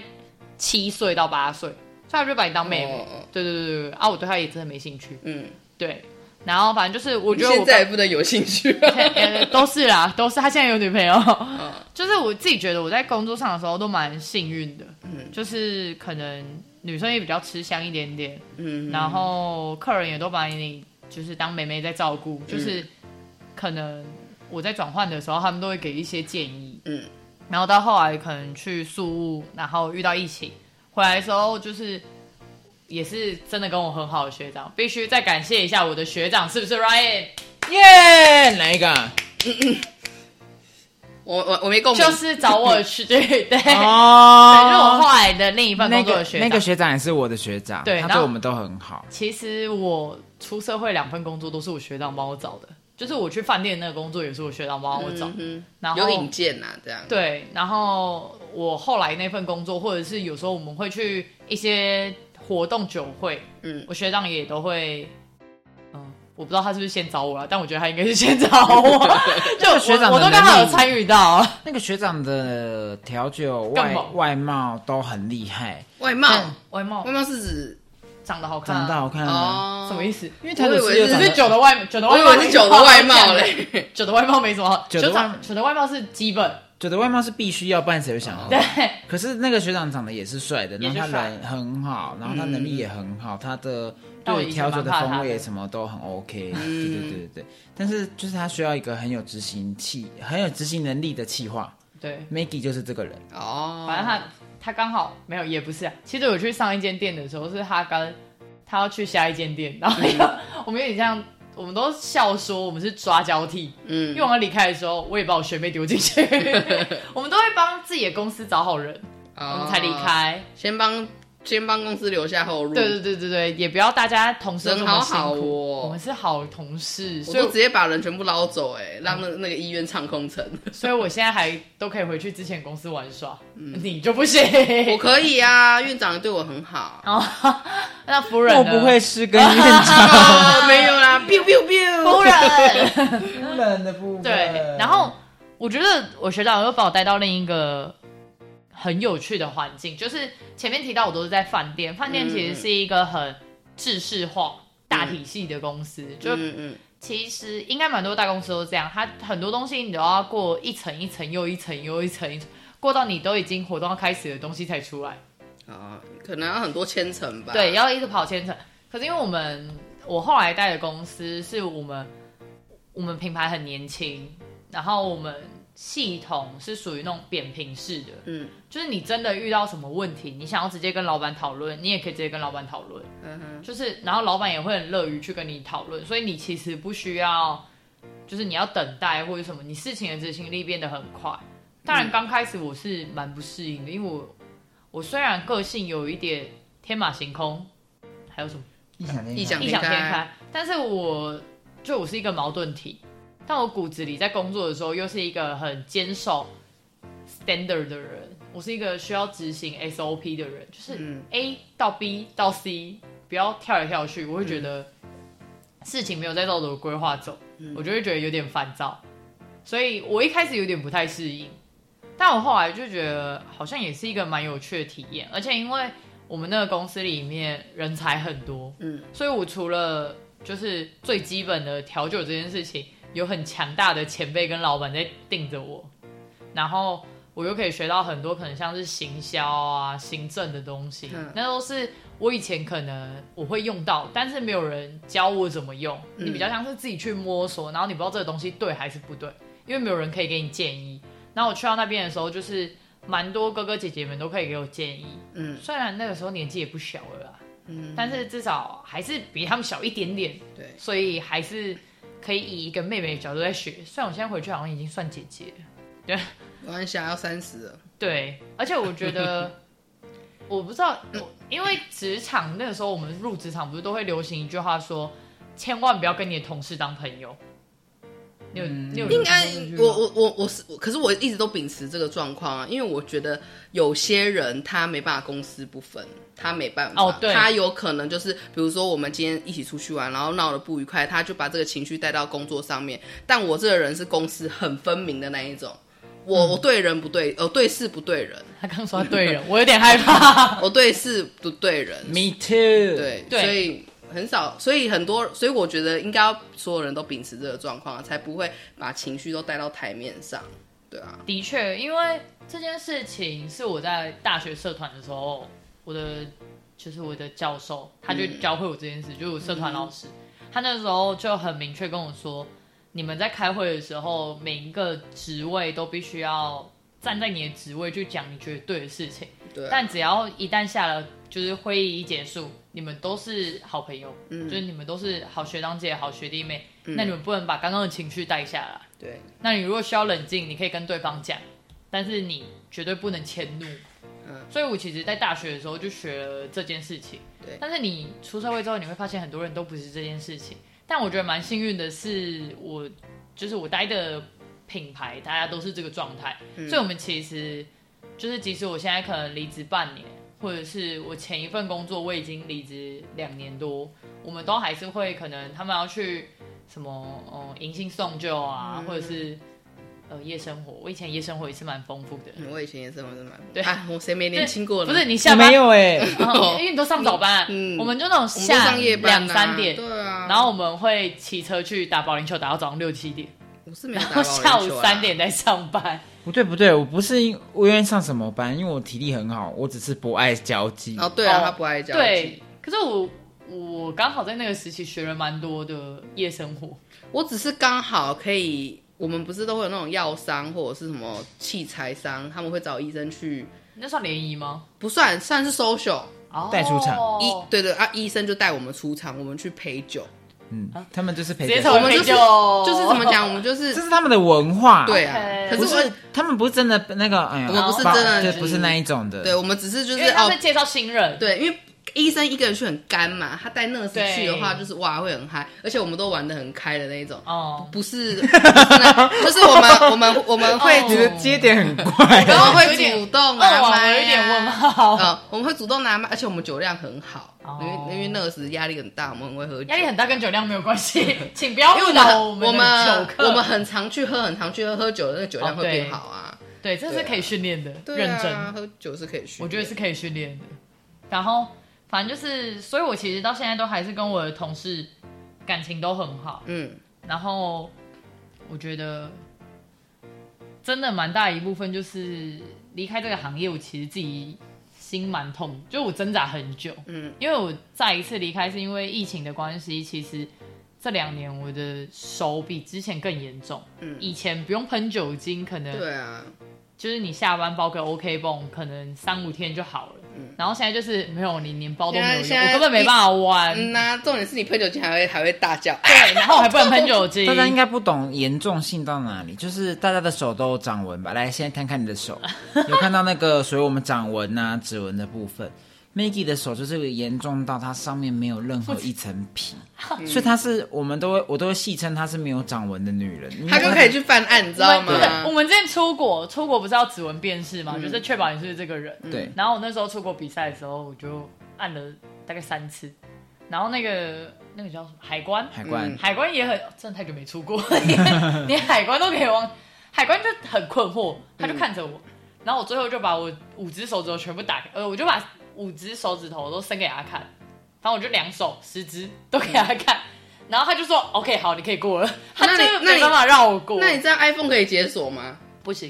S1: 七岁到八岁，所以他就把你当妹妹
S2: 哦哦，
S1: 对对对对对，啊，我对他也真的没兴趣，
S2: 嗯，
S1: 对，然后反正就是我
S2: 我
S1: 觉得我
S2: 现在也不能有兴趣
S1: *laughs*
S2: 了。
S1: 呃都是啦， *laughs* 都是。他现在有女朋友，
S2: 哦
S1: 就是我自己觉得我在工作上的时候都蛮幸运的，
S2: 嗯
S1: 就是可能女生也比较吃香一点点，
S2: 嗯，
S1: 然后客人也都把你就是当妹妹在照顾，
S3: 嗯
S1: 就是可能我在转换的时候，他们都会给一些建议，
S2: 嗯，
S1: 然后到后来可能去宿务，然后遇到疫情，回来的时候就是。也是真的跟我很好的学长，必须再感谢一下我的学长，是不是 Ryan？
S3: 耶，哪一个啊？
S2: 我我我没共鸣，
S1: 就是找我去， *laughs* 对对，
S3: 哦，
S1: 对，就我后来的另一份
S3: 那
S1: 工作
S3: 个
S1: 的学
S3: 那
S1: 长。
S3: 个学长也是我的学长，
S1: 对然
S3: 他对
S1: 后
S3: 我们都很好。
S1: 其实我出社会两份工作都是我学长帮我找的，就是我去饭店那个工作也是我学长帮我找。
S2: 嗯
S1: 然
S2: 哼，
S1: 后
S2: 有引荐呐，这样。
S1: 对，然后我后来那份工作，或者是有时候我们会去一些活动酒会，
S2: 嗯，
S1: 我学长也都会，嗯，我不知道他是不是先找我了，但我觉得他应该是先找
S3: *laughs*
S1: 我，就我
S3: 学长
S1: 我
S3: 的
S1: 都刚好有
S3: 能力
S1: 参与到。
S3: 那个学长的调酒
S1: 更
S3: 外
S1: 猛
S3: 外貌都很厉害，
S2: 外貌， *laughs*
S1: 外貌
S2: 外貌是指
S1: 长得好看啊，
S3: 长得好看啊。
S2: 哦，
S1: 什么意？思？
S3: 因 *laughs* 为调
S2: 我以
S3: 酒
S2: 为
S3: 师又
S1: *laughs* 只
S2: 是
S3: 长
S1: 是
S3: 得
S1: 酒的外，酒的
S2: 我
S1: 外
S2: 以
S1: 貌
S2: 为是酒的外貌
S1: 嘞。
S2: 嘞。
S1: 酒的外貌没什么好，
S3: 酒
S1: 酒
S3: 的外
S1: 长酒的外貌是基本，
S3: 酒的外貌是必须要，不然谁会想喝？
S1: 对，
S3: 可是那个学长长得也是帅的，
S1: 也
S3: 然
S1: 是
S3: 后他
S1: 帅
S3: 人很好，然后他能力也很好，他的
S1: 但我
S3: 对
S1: 以前
S3: 调酒的
S1: 蛮怕他
S3: 风味
S1: 的嗯
S3: 什么都很 OK，对对对对对。但是就是他需要一个很有执行气、很有执行能力的气化
S1: 对，
S3: ，Maggie 就是这个人。
S2: 哦，
S1: 反正他他刚好没有，也不是、啊。其实我去上一间店的时候，是他跟他要去下一间店，然后 *laughs* 我们有点像，我们都笑说我们是抓交替，因
S2: 嗯
S1: 为我要离开的时候，我也把我学妹丢进去，我们都会帮自己的公司找好人，我们才离，
S2: 哦
S1: 开。
S2: 先帮先帮公司留下后路，
S1: 对对对对对，也不要大家同事都这
S2: 人
S1: 么
S2: 好
S1: 辛苦
S2: 好哦
S1: 我们是好同事，
S2: 我
S1: 所
S2: 都直
S1: 以
S2: 接把人全部捞走、哎，让那那个医院唱空城。
S1: 所以我现在还都可以回去之前公司玩耍，你就不行。
S2: *laughs* 我可以啊，院长对我很好。
S1: *laughs* 哦，那夫人
S3: 我
S1: 呢
S3: 不会是跟院
S1: *laughs*
S3: 长
S2: *laughs* 哦，没有啦，biu biu biu。
S1: 夫人
S3: 夫人的部分。
S1: 对，然后我觉得我学长又把我带到另一个很有趣的环境，就是前面提到我都是在饭店，饭店其实是一个很制式化、大体系的公司，就
S2: 嗯嗯，
S1: 其实应该蛮多大公司都这样，它很多东西你都要过一层一层又一层又一层，过到你都已经活动要开始的东西才出来。
S2: 啊，可能要很多千层吧。
S1: 对，，要一直跑千层。可是因为我们我后来带的公司是我们我们品牌很年轻，然后我们系统是属于那种扁平式的，
S2: 嗯
S1: 就是你真的遇到什么问题，你想要直接跟老板讨论，你也可以直接跟老板讨论。
S2: 嗯哼，
S1: 就是然后老板也会很乐于去跟你讨论，所以你其实不需要，就是你要等待或者什么，你事情的执行力变得很快。当
S2: 嗯
S1: 然刚开始我是蛮不适应的，因为我我虽然个性有一点天马行空，还有什么
S3: 异想天
S2: 异想
S1: 异
S3: 开
S1: 想天
S2: 天
S1: 开，但是我就我是一个矛盾体，但我骨子里在工作的时候又是一个很坚守 standard 的人，我是一个需要执行 SOP 的人，就是
S2: 嗯
S1: A 到 B 到 C，不要跳来跳去，我
S2: 嗯
S1: 会觉得事情没有在照着我规划走，
S2: 嗯
S1: 我就会觉得有点烦躁，所以我一开始有点不太适应。但我后来就觉得好像也是一个蛮有趣的体验，而且因为我们那个公司里面人才很多，
S2: 嗯，
S1: 所以我除了就是最基本的调酒这件事情，有很强大的前辈跟老板在盯着我，然后我又可以学到很多可能像是行销啊、行政的东西，
S2: 嗯
S1: 那都是我以前可能我会用到，但是没有人教我怎么用，
S2: 嗯
S1: 你比较像是自己去摸索，然后你不知道这个东西对还是不对，因为没有人可以给你建议。然后我去到那边的时候，就是蛮多哥哥姐姐们都可以给我建议，
S2: 嗯
S1: 虽然那个时候年纪也不小了啦。
S2: 嗯，
S1: 但是至少还是比他们小一点点，
S2: 对，
S1: 所以还是可以以一个妹妹的角度在学。虽然我现在回去好像已经算姐姐了，
S2: 没关系啊，要三十了。
S1: 对，而且我觉得我不知道，我因为职场那个时候我们入职场不是都会流行一句话说，千万不要跟你的同事当朋友。你有、你有
S2: 应该我我我我是，可是我一直都秉持这个状况啊，因为我觉得有些人他没办法公私不分，他没办法，
S1: 哦对
S2: 他有可能就是比如说我们今天一起出去玩，然后闹得不愉快，他就把这个情绪带到工作上面。但我这个人是公私很分明的那一种，我、
S1: 嗯
S2: 我对人不对，呃对事不
S1: *laughs*
S2: 对人，
S1: 他刚说他对人，我有点害怕。
S2: 我对事不对人，
S3: Me too。
S2: 对，
S1: 对
S2: 所以很少，所以很多，所以我觉得应该要所有人都秉持这个状况，啊才不会把情绪都带到台面上，对啊。
S1: 的确，因为这件事情是我在大学社团的时候，我的就是我的教授，他就
S2: 嗯
S1: 教会我这件事，就是我社团老师，他那时候就很明确跟我说，你们在开会的时候，每一个职位都必须要站在你的职位去讲你觉得对的事情，
S2: 对啊
S1: 但只要一旦下了，就是会议一结束，你们都是好朋友，
S2: 嗯
S1: 就是你们都是好学长姐、好学弟妹，那你们不能把刚刚的情绪带下来。
S2: 对，
S1: 那你如果需要冷静，你可以跟对方讲，但是你绝对不能迁怒。
S2: 嗯
S1: 所以我其实，在大学的时候就学了这件事情。
S2: 对
S1: 但是你出社会之后，你会发现很多人都不是这件事情。但我觉得蛮幸运的是我，就是我待的品牌，大家都是这个状态，所以我们其实就是，即使我现在可能离职半年，或者是我前一份工作我已经离职两年多，我们都还是会可能他们要去什么呃迎新送旧啊，或者是呃夜生活。我以前夜生活也是蛮丰富的，
S2: 嗯我以前也是，我是蛮
S1: 对
S2: 啊，我谁没年轻过呢？
S1: 不是你
S3: 我
S1: 下班
S3: 没有哎、
S1: *laughs* 嗯因为你都上早班，
S2: 哦嗯
S1: 我们就那种
S2: 我们都
S1: 下
S2: 上夜班啊
S1: 两三点，
S2: 对啊，
S1: 然后我们会骑车去打保龄球，打到早上六七点。
S2: 我是没有
S1: 然后
S2: 打保
S1: 下
S2: 龄球
S1: 午
S2: 啊啦
S1: 三点再上班。
S3: *laughs* 不对不对，我不是因我愿意上什么班，因为我体力很好，我只是不爱交际。
S2: 哦，对啊，
S1: 哦
S2: 他不爱交际。
S1: 对，可是我我刚好在那个时期学了蛮多的夜生活，
S2: 我只是刚好可以，我们不是都会有那种药商或者是什么器材商，他们会找医生去，
S1: 那算联谊吗？
S2: 不算算是 social，、
S1: 哦，
S3: 带出场
S2: 医对对啊，医生就带我们出场，我们去陪酒，
S3: 嗯，他们就是陪
S1: 直接
S3: 着
S1: 从
S3: 我，
S2: 我们就是
S1: 陪酒
S2: 就是怎么讲，我们就是
S3: 这是他们的文化。
S2: 对啊
S1: OK
S2: 可
S3: 不
S2: 哦是我
S3: 是他们不是真的那个，哎呀，
S2: 我们
S1: 不是
S3: 把
S1: 真的
S3: 对，不是那一种的。
S2: 对，我们只是就
S1: 因
S2: 是
S1: 为他
S2: 哦
S1: 在，介绍新人，
S2: 对，因为医生一个人去很干嘛，他带 nurse 去的话，
S1: 对
S2: 就是哇会很嗨，而且我们都玩的很开的那一种，
S1: 哦，
S2: 不
S1: *laughs*
S2: 是，不是那就是我们我们我们会
S1: 哦
S3: 你的接点很 *laughs* 怪。
S2: 然后会
S1: 有点
S2: 主动
S1: 二
S2: 拿
S1: 王
S2: 麦、啊，
S1: 我有点问号，
S2: 呃，我们会主动拿麦，而且我们酒量很好，
S1: 哦
S2: 因为因为那个时压力很大，我们很会喝酒，
S1: 压力很大，跟酒量没有关系，请不要
S2: *laughs* 因为
S1: 误
S2: 我
S1: 导
S2: 们很
S1: 们的
S2: 们
S1: 酒客。
S2: 我们很常去喝，很常去喝，喝酒的那个酒量
S1: 哦
S2: 会
S1: 对
S2: 变好啊。
S1: 对，这是可以训练的，
S2: 对
S1: 认
S2: 啊，
S1: 真，
S2: 喝酒是可以训练，
S1: 我觉得是可以训练的。然后反正就是，所以我其实到现在都还是跟我的同事感情都很好，
S2: 嗯，
S1: 然后我觉得真的蛮大一部分就是离开这个行业，我其实自己心蛮痛，就我挣扎很久。
S2: 嗯，
S1: 因为我再一次离开是因为疫情的关系，其实这两年我的手比之前更严重。
S2: 嗯
S1: 以前不用喷酒精，可能
S2: 对啊，
S1: 就是你下班包个 OK 泵，可能三五天就好了。
S2: 嗯
S1: 然后现在就是没有，你连包都没有
S2: 现
S1: 用，
S2: 在
S1: 我根本没办法玩。
S2: 嗯呐、重点是你喷酒精还会还会大叫，
S1: 对，然后我还不能喷酒精。
S3: *laughs* 大家应该不懂严重性到哪里，就是大家的手都有掌纹吧？来，现在摊开你
S1: *laughs*
S3: 的手，有看到那个属于我们掌纹呐、指纹的部分。Maggie 的手就是严重到它上面没有任何一层皮，所以她是我们都会我都会戏称她是没有掌纹的女人，因
S2: 嗯
S3: 为
S2: 他就可以去犯案，你知道
S1: 我们对我
S2: 吗？嗯
S1: 们之前出国，出国不是要指纹辨识嘛，就是确保你是这个人。
S3: 对
S1: 然后我那时候出国比赛的时候，我就按了大概三次，然后那个那个叫什么海关，
S3: 海关。
S2: 嗯
S1: 海关也很真的太久没出国， *laughs* 连连海关都可以忘，海关就很困
S2: 嗯
S1: 惑，他就看着我，然后我最后就把我五只手指头全部打开，呃，我就把五只手指头都伸给他看，反正我就两手十只都给他看。然后他就说：“OK，好，你可以过了。”他
S2: 嗯那
S1: 就
S2: 你
S1: 是
S2: 那
S1: 没
S2: 你
S1: 办法让我过。
S2: 那你这样 iPhone 可以解锁吗？
S1: 不行，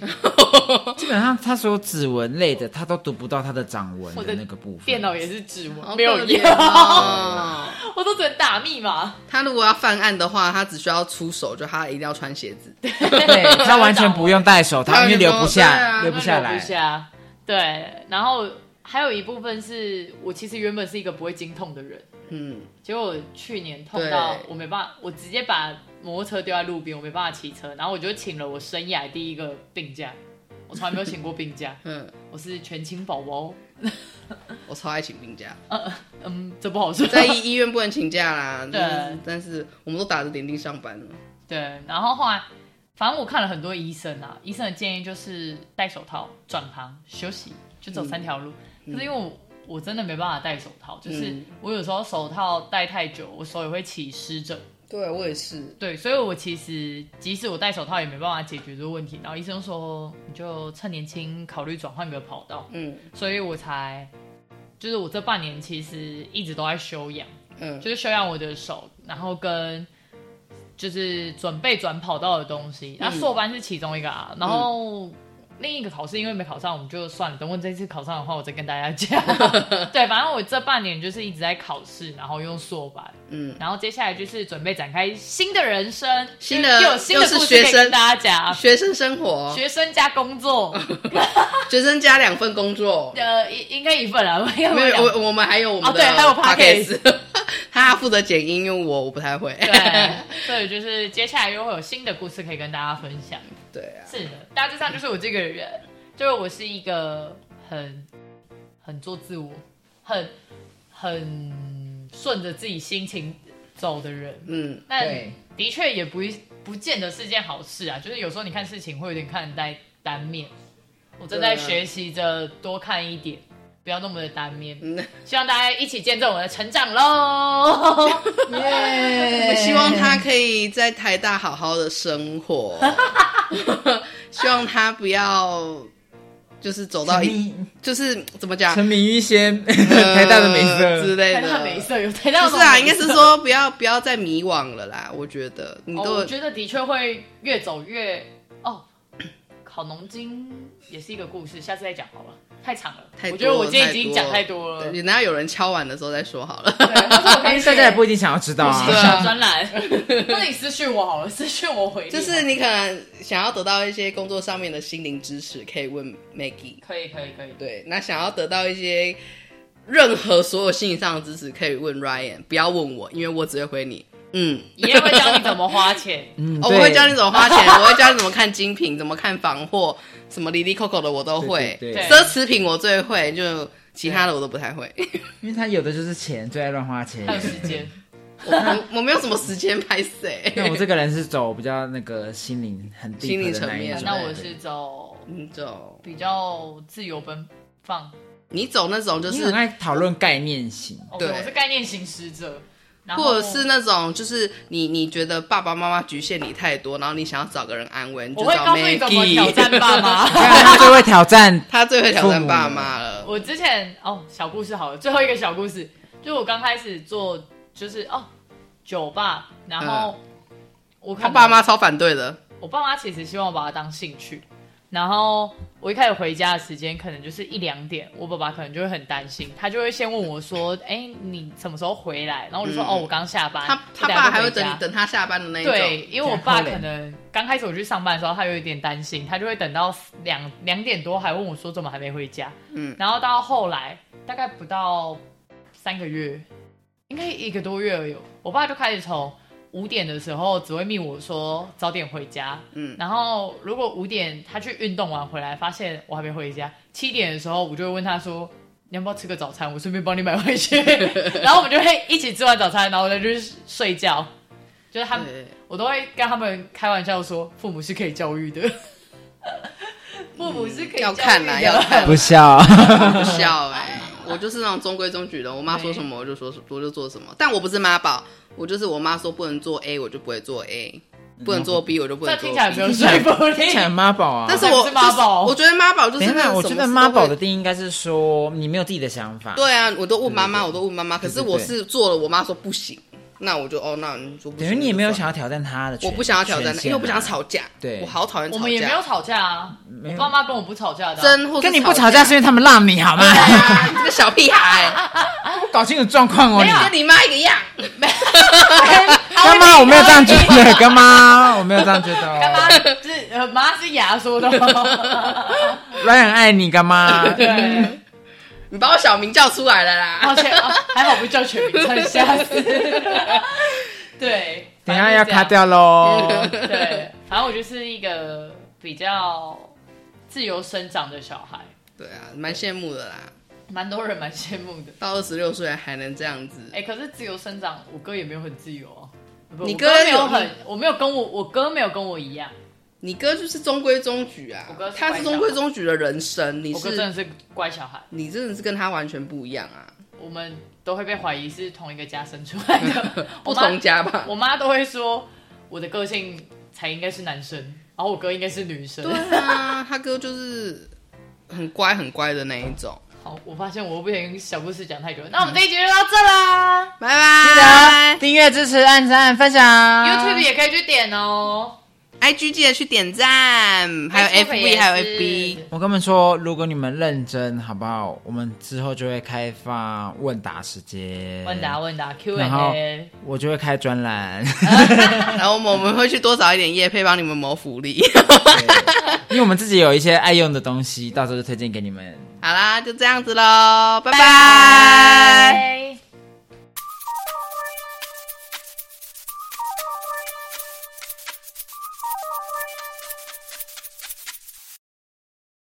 S3: 基本上他所有指纹类的，他都读不到他的掌纹
S1: 我
S3: 的
S1: 的
S3: 那个部分。
S1: 电脑也是指
S2: 好
S1: 纹，没有
S2: 可怜啊
S1: 用， *laughs*
S2: 哦
S1: 我都只能打密码。
S2: *laughs* 他如果要犯案的话，他只需要出手，就他一定要穿鞋子。
S3: 对，他完全不用戴手套，
S2: 他
S3: 因为留不
S2: 对
S3: 下，
S2: 啊
S3: 留不下
S1: 留
S3: 来
S1: 不。下。对，然后还有一部分是我其实原本是一个不会经痛的人，
S2: 嗯，
S1: 结果我去年痛到
S2: 对，
S1: 我没办法，我直接把摩托车丢在路边，我没办法骑车，然后我就请了我生涯第一个病假，我从来没有请过病假
S2: 嗯，
S1: 我是全勤宝宝。 *laughs*
S2: 我超爱请病假，
S1: 嗯，这不好说。
S2: 在医医院不能请假啦。
S1: 对
S2: 但是但是我们都打着点滴上班了。
S1: 对，然后后来，反正我看了很多医生啊，医生的建议就是戴手套、转行、休息，就走三条路。可是因为我我真的没办法戴手套，就是
S2: 嗯
S1: 我有时候手套戴太久，我手也会起湿疹。
S2: 对我也是，
S1: 对，所以我其实即使我戴手套也没办法解决这个问题。然后医生说，你就趁年轻考虑转换个跑道，
S2: 嗯
S1: 所以我才。就是我这半年其实一直都在休养，
S2: 嗯，
S1: 就是修养我的手，然后跟就是准备转跑道的东西。
S2: 嗯
S1: 那硕班是其中一个啊，然后另一个考试因为没考上，我们就算了。等我这次考上的话，我再跟大家讲。
S2: *laughs*
S1: 对，反正我这半年就是一直在考试，然后用硕班，
S2: 嗯，
S1: 然后接下来就是准备展开新的人生，
S2: 新的
S1: 又有新的
S2: 又是
S1: 故事可
S2: 学
S1: 以
S2: 生
S1: 跟大家讲。
S2: 学生生活，
S1: 学生加工
S2: *laughs*
S1: 作，
S2: 学生加两份工作。
S1: 呃，应应该一份啊，没
S2: 没有，
S1: 有
S2: 我我们还有我们的
S1: 哦对还有
S2: podcast，他 *laughs* 负责剪音，因为我我不太会。
S1: 对，所以就是接下来又会有新的故事可以跟大家分享。
S2: *laughs* 对啊，
S1: 是的，大致上就是我这个人，就是我是一个很很做自我，很很顺着自己心情走的人。
S2: 嗯，
S1: 但
S3: 对
S1: 的确也不不见得是件好事啊，就是有时候你看事情会有点看得单单面。我正在
S2: 对啊
S1: 学习着多看一点，不要那么的单面。
S2: 嗯
S1: 希望大家一起见证我的成长喽！
S2: *laughs* 我希望他可以在台
S1: *laughs*
S2: 大好好的生活，希望他不要就是走到一，就是怎么讲，
S3: 沉迷于一些
S2: 啊
S3: *laughs*
S2: 呃
S3: 台大的美
S2: 之
S3: 色，
S2: 类
S1: 台
S2: 的，
S1: 大美色有台大
S2: 不
S1: 的
S2: 是啊，应该
S1: 美
S2: 是
S1: 色
S2: 说不要不要再迷惘了啦。我觉得你
S1: 哦
S2: 都
S1: 我觉得的确会越走越哦。考农经也是一个故事，下次再讲好了，太长了。
S2: 太
S1: 我
S2: 多了
S1: 觉得我今天已经讲太
S2: 太
S1: 多了。
S2: 对等下有人敲完的时候再说
S1: *laughs*
S2: 好了。
S1: 对，或者我可以
S3: 大家
S1: 写
S3: 也不一定想要知道
S1: 我写
S3: 啊。
S1: 小专栏， *laughs* 或者你私讯我好了，私讯我回你。
S2: 就是你可能想要得到一些工作上面的心灵支持，可以问 Maggie。
S1: 可以可以可以，
S2: 对，那想要得到一些任何所有心理上的支持，可以问 Ryan，不要问我，因为我只会回你。嗯，
S1: 爷会教你怎么花
S2: *laughs*
S1: 钱。
S3: 嗯
S2: 哦我
S3: 对
S2: 会教你怎么花钱， *laughs* 我会教你怎么看精品，怎么看房货，什么离离扣扣的我都会。
S3: 对对
S1: 对
S2: 奢侈品我最会，就其他的我都不太会。
S3: 因为他有的就是钱，最爱乱花钱
S1: 还。有时
S2: *laughs*
S1: 间，
S2: 我我我没有什么时间拍谁、*laughs*
S3: 那我这个人是走比较那个心灵很 deep
S2: 心灵
S3: 的
S2: 层
S3: 那一
S2: 面
S3: 种
S1: 那我是走
S2: 你嗯走，
S1: 比较自由奔放。
S2: 你走那种就
S3: 你
S2: 是
S3: 很，爱讨论概念型，
S1: OK，
S2: 对
S1: 哦我是概念型使者，然
S3: 哦
S1: 后
S2: 或者是那种就是你你觉得爸爸妈妈局限你太多，然后你想要找个人安慰，你
S1: 我
S2: 就
S1: 会
S2: 找
S1: 告诉你怎么挑
S2: Maggie。
S1: 战爸妈。
S3: *laughs* 这样他就会挑战。
S2: 他最会挑战爸妈了。
S1: 我之前哦，小故事好了，最后一个小故事，就我刚开始做就是哦酒吧，然后我
S2: 嗯他
S1: 看
S2: 爸妈超反对的，
S1: 我爸妈其实希望我把它当兴趣，然后我一开始回家的时间可能就是一两点，我爸爸可能就会很担心，他就会先问我说：“哎、你什么时候回来？”然后我就说：“
S2: 嗯
S1: 哦，我刚下班。”
S2: 他他
S1: 我等下
S2: 爸
S1: 就
S2: 还
S1: 回
S2: 会等
S1: 家
S2: 你等他下班的那一种。
S1: 对，因为我爸可能刚开始我去上班的时候，他有一点担心，他就会等到两两点多还问我说怎么还没回家。嗯
S2: 嗯，
S1: 然后到后来大概不到三个月，应该一个多月而已，我爸就开始从五点的时候只会密我说早点回家。嗯
S2: 嗯，
S1: 然后如果五点他去运动完回来，发现我还没回家，七点的时候我就会问他说。你要不要吃个早餐？我顺便帮你买回
S2: *laughs*
S1: 去，然后我们就会一起吃完早餐，然后再去睡觉。就是他们
S2: 对，
S1: 我都会跟他们开玩笑说，父母是可以教育的，父母是可以教育的
S2: 要看啦，要看，
S3: 不笑，
S2: 不笑哎、我就是那种中规中矩的，我妈说什么我就说，我就做什么。但我不是妈宝，我就是我妈说不能做 A，我就不会做 A；不
S3: 嗯
S2: 能做 B，我就不
S1: 这
S2: 能做
S1: 听
S2: B。
S1: 起来没有说服
S3: *laughs*
S1: 力。
S3: 很妈宝啊。
S2: 但是我
S1: 这不是妈宝
S2: 就是我觉得妈宝就是
S3: 等一
S2: 那
S3: 下，
S2: 种
S3: 我
S2: 什
S3: 觉
S2: 么
S3: 得
S2: 事
S3: 妈
S2: 都会
S3: 宝的定义应该是说你没有自己的想法。
S2: 对啊，我都问妈妈，我都问妈妈，可
S3: 对
S2: 是
S3: 对
S2: 我是做了，我妈说不行，那我就哦，那你说不行，
S3: 等于你也没有想
S2: 要，
S3: 要挑战他的权，
S2: 我不想要挑战
S3: 权，限
S2: 因为我不想要
S3: 啊
S2: 吵架，
S3: 对
S2: 我好讨厌吵
S1: 我
S2: 架，
S1: 们也没有吵架啊，我
S3: 有
S1: 爸妈跟我不吵架的啊、
S2: 争或是
S3: 跟你不
S2: 吵
S3: 吵架是因为他们让你好吗？
S2: 对啊，你这个小屁孩，
S3: 搞清楚状况哦。
S1: 没有
S3: 你
S2: 跟你妈一个样，
S3: 干妈，我没有这样觉得，干妈，我没有这样觉得
S1: 干
S3: 哦。
S1: 妈是呃妈是牙说的哦，
S3: 软很爱你，
S1: *laughs*
S3: 干妈。
S1: 对，
S2: *laughs* 你把我小名叫出来了
S1: 抱
S2: 啦，
S1: 歉啊，还好不叫全名，差点吓死。对，
S3: 等一下要
S1: 卡
S3: 卡。掉喽。
S2: 哦
S1: 对，反正我就是一个比较自由生长的小孩，
S2: *laughs* 对啊，蛮羡慕的啦，
S1: 蛮多人蛮羡慕的。
S2: 到二十六岁还能这样子，
S1: 哎、可是自由生长，我哥也没有很自由啊。不
S2: 你
S1: 我
S2: 哥
S1: 没有
S2: 有
S1: 很，我没有跟我我哥没有跟我一样，
S2: 你哥就是中规中矩啊
S1: 我哥是，
S2: 他是中规中矩的人生，你
S1: 我哥
S2: 是
S1: 真的是乖小孩，
S2: 你真的是跟他完全不一样啊， *laughs*
S1: 我们都会被怀疑是同一个家生出来
S2: *laughs*。
S1: 的
S2: 不
S1: 我妈
S2: 同家吧
S1: 我。妈都会说我的个性才应该是男生，然后我哥应该是女生。
S2: 对啊，他哥就是很乖很乖的那一种。
S1: 好，我发现我不小小故事讲太久了，那我们这一集就到这啦。
S2: 拜
S3: 记得
S2: 拜
S3: 订阅、支持、按赞、分享。
S2: 啊
S1: YouTube 也可以去点哦，
S2: ，IG 记得去点赞，还有
S1: Facebook 也
S2: FB 还有
S1: 是
S2: FB。
S3: 我跟你们说，如果你们认真，好不好？我们之后就会开放问答时间，
S1: 问答，问答 Q&A。
S3: 然后我就会开专栏，
S1: 啊
S2: 然后我们我们会去多找一点叶配帮你们谋福利。
S3: *laughs* 因为我们自己有一些爱用的东西，到时候就推荐给你们。
S2: 好啦，就这样子喽，拜拜。
S1: 拜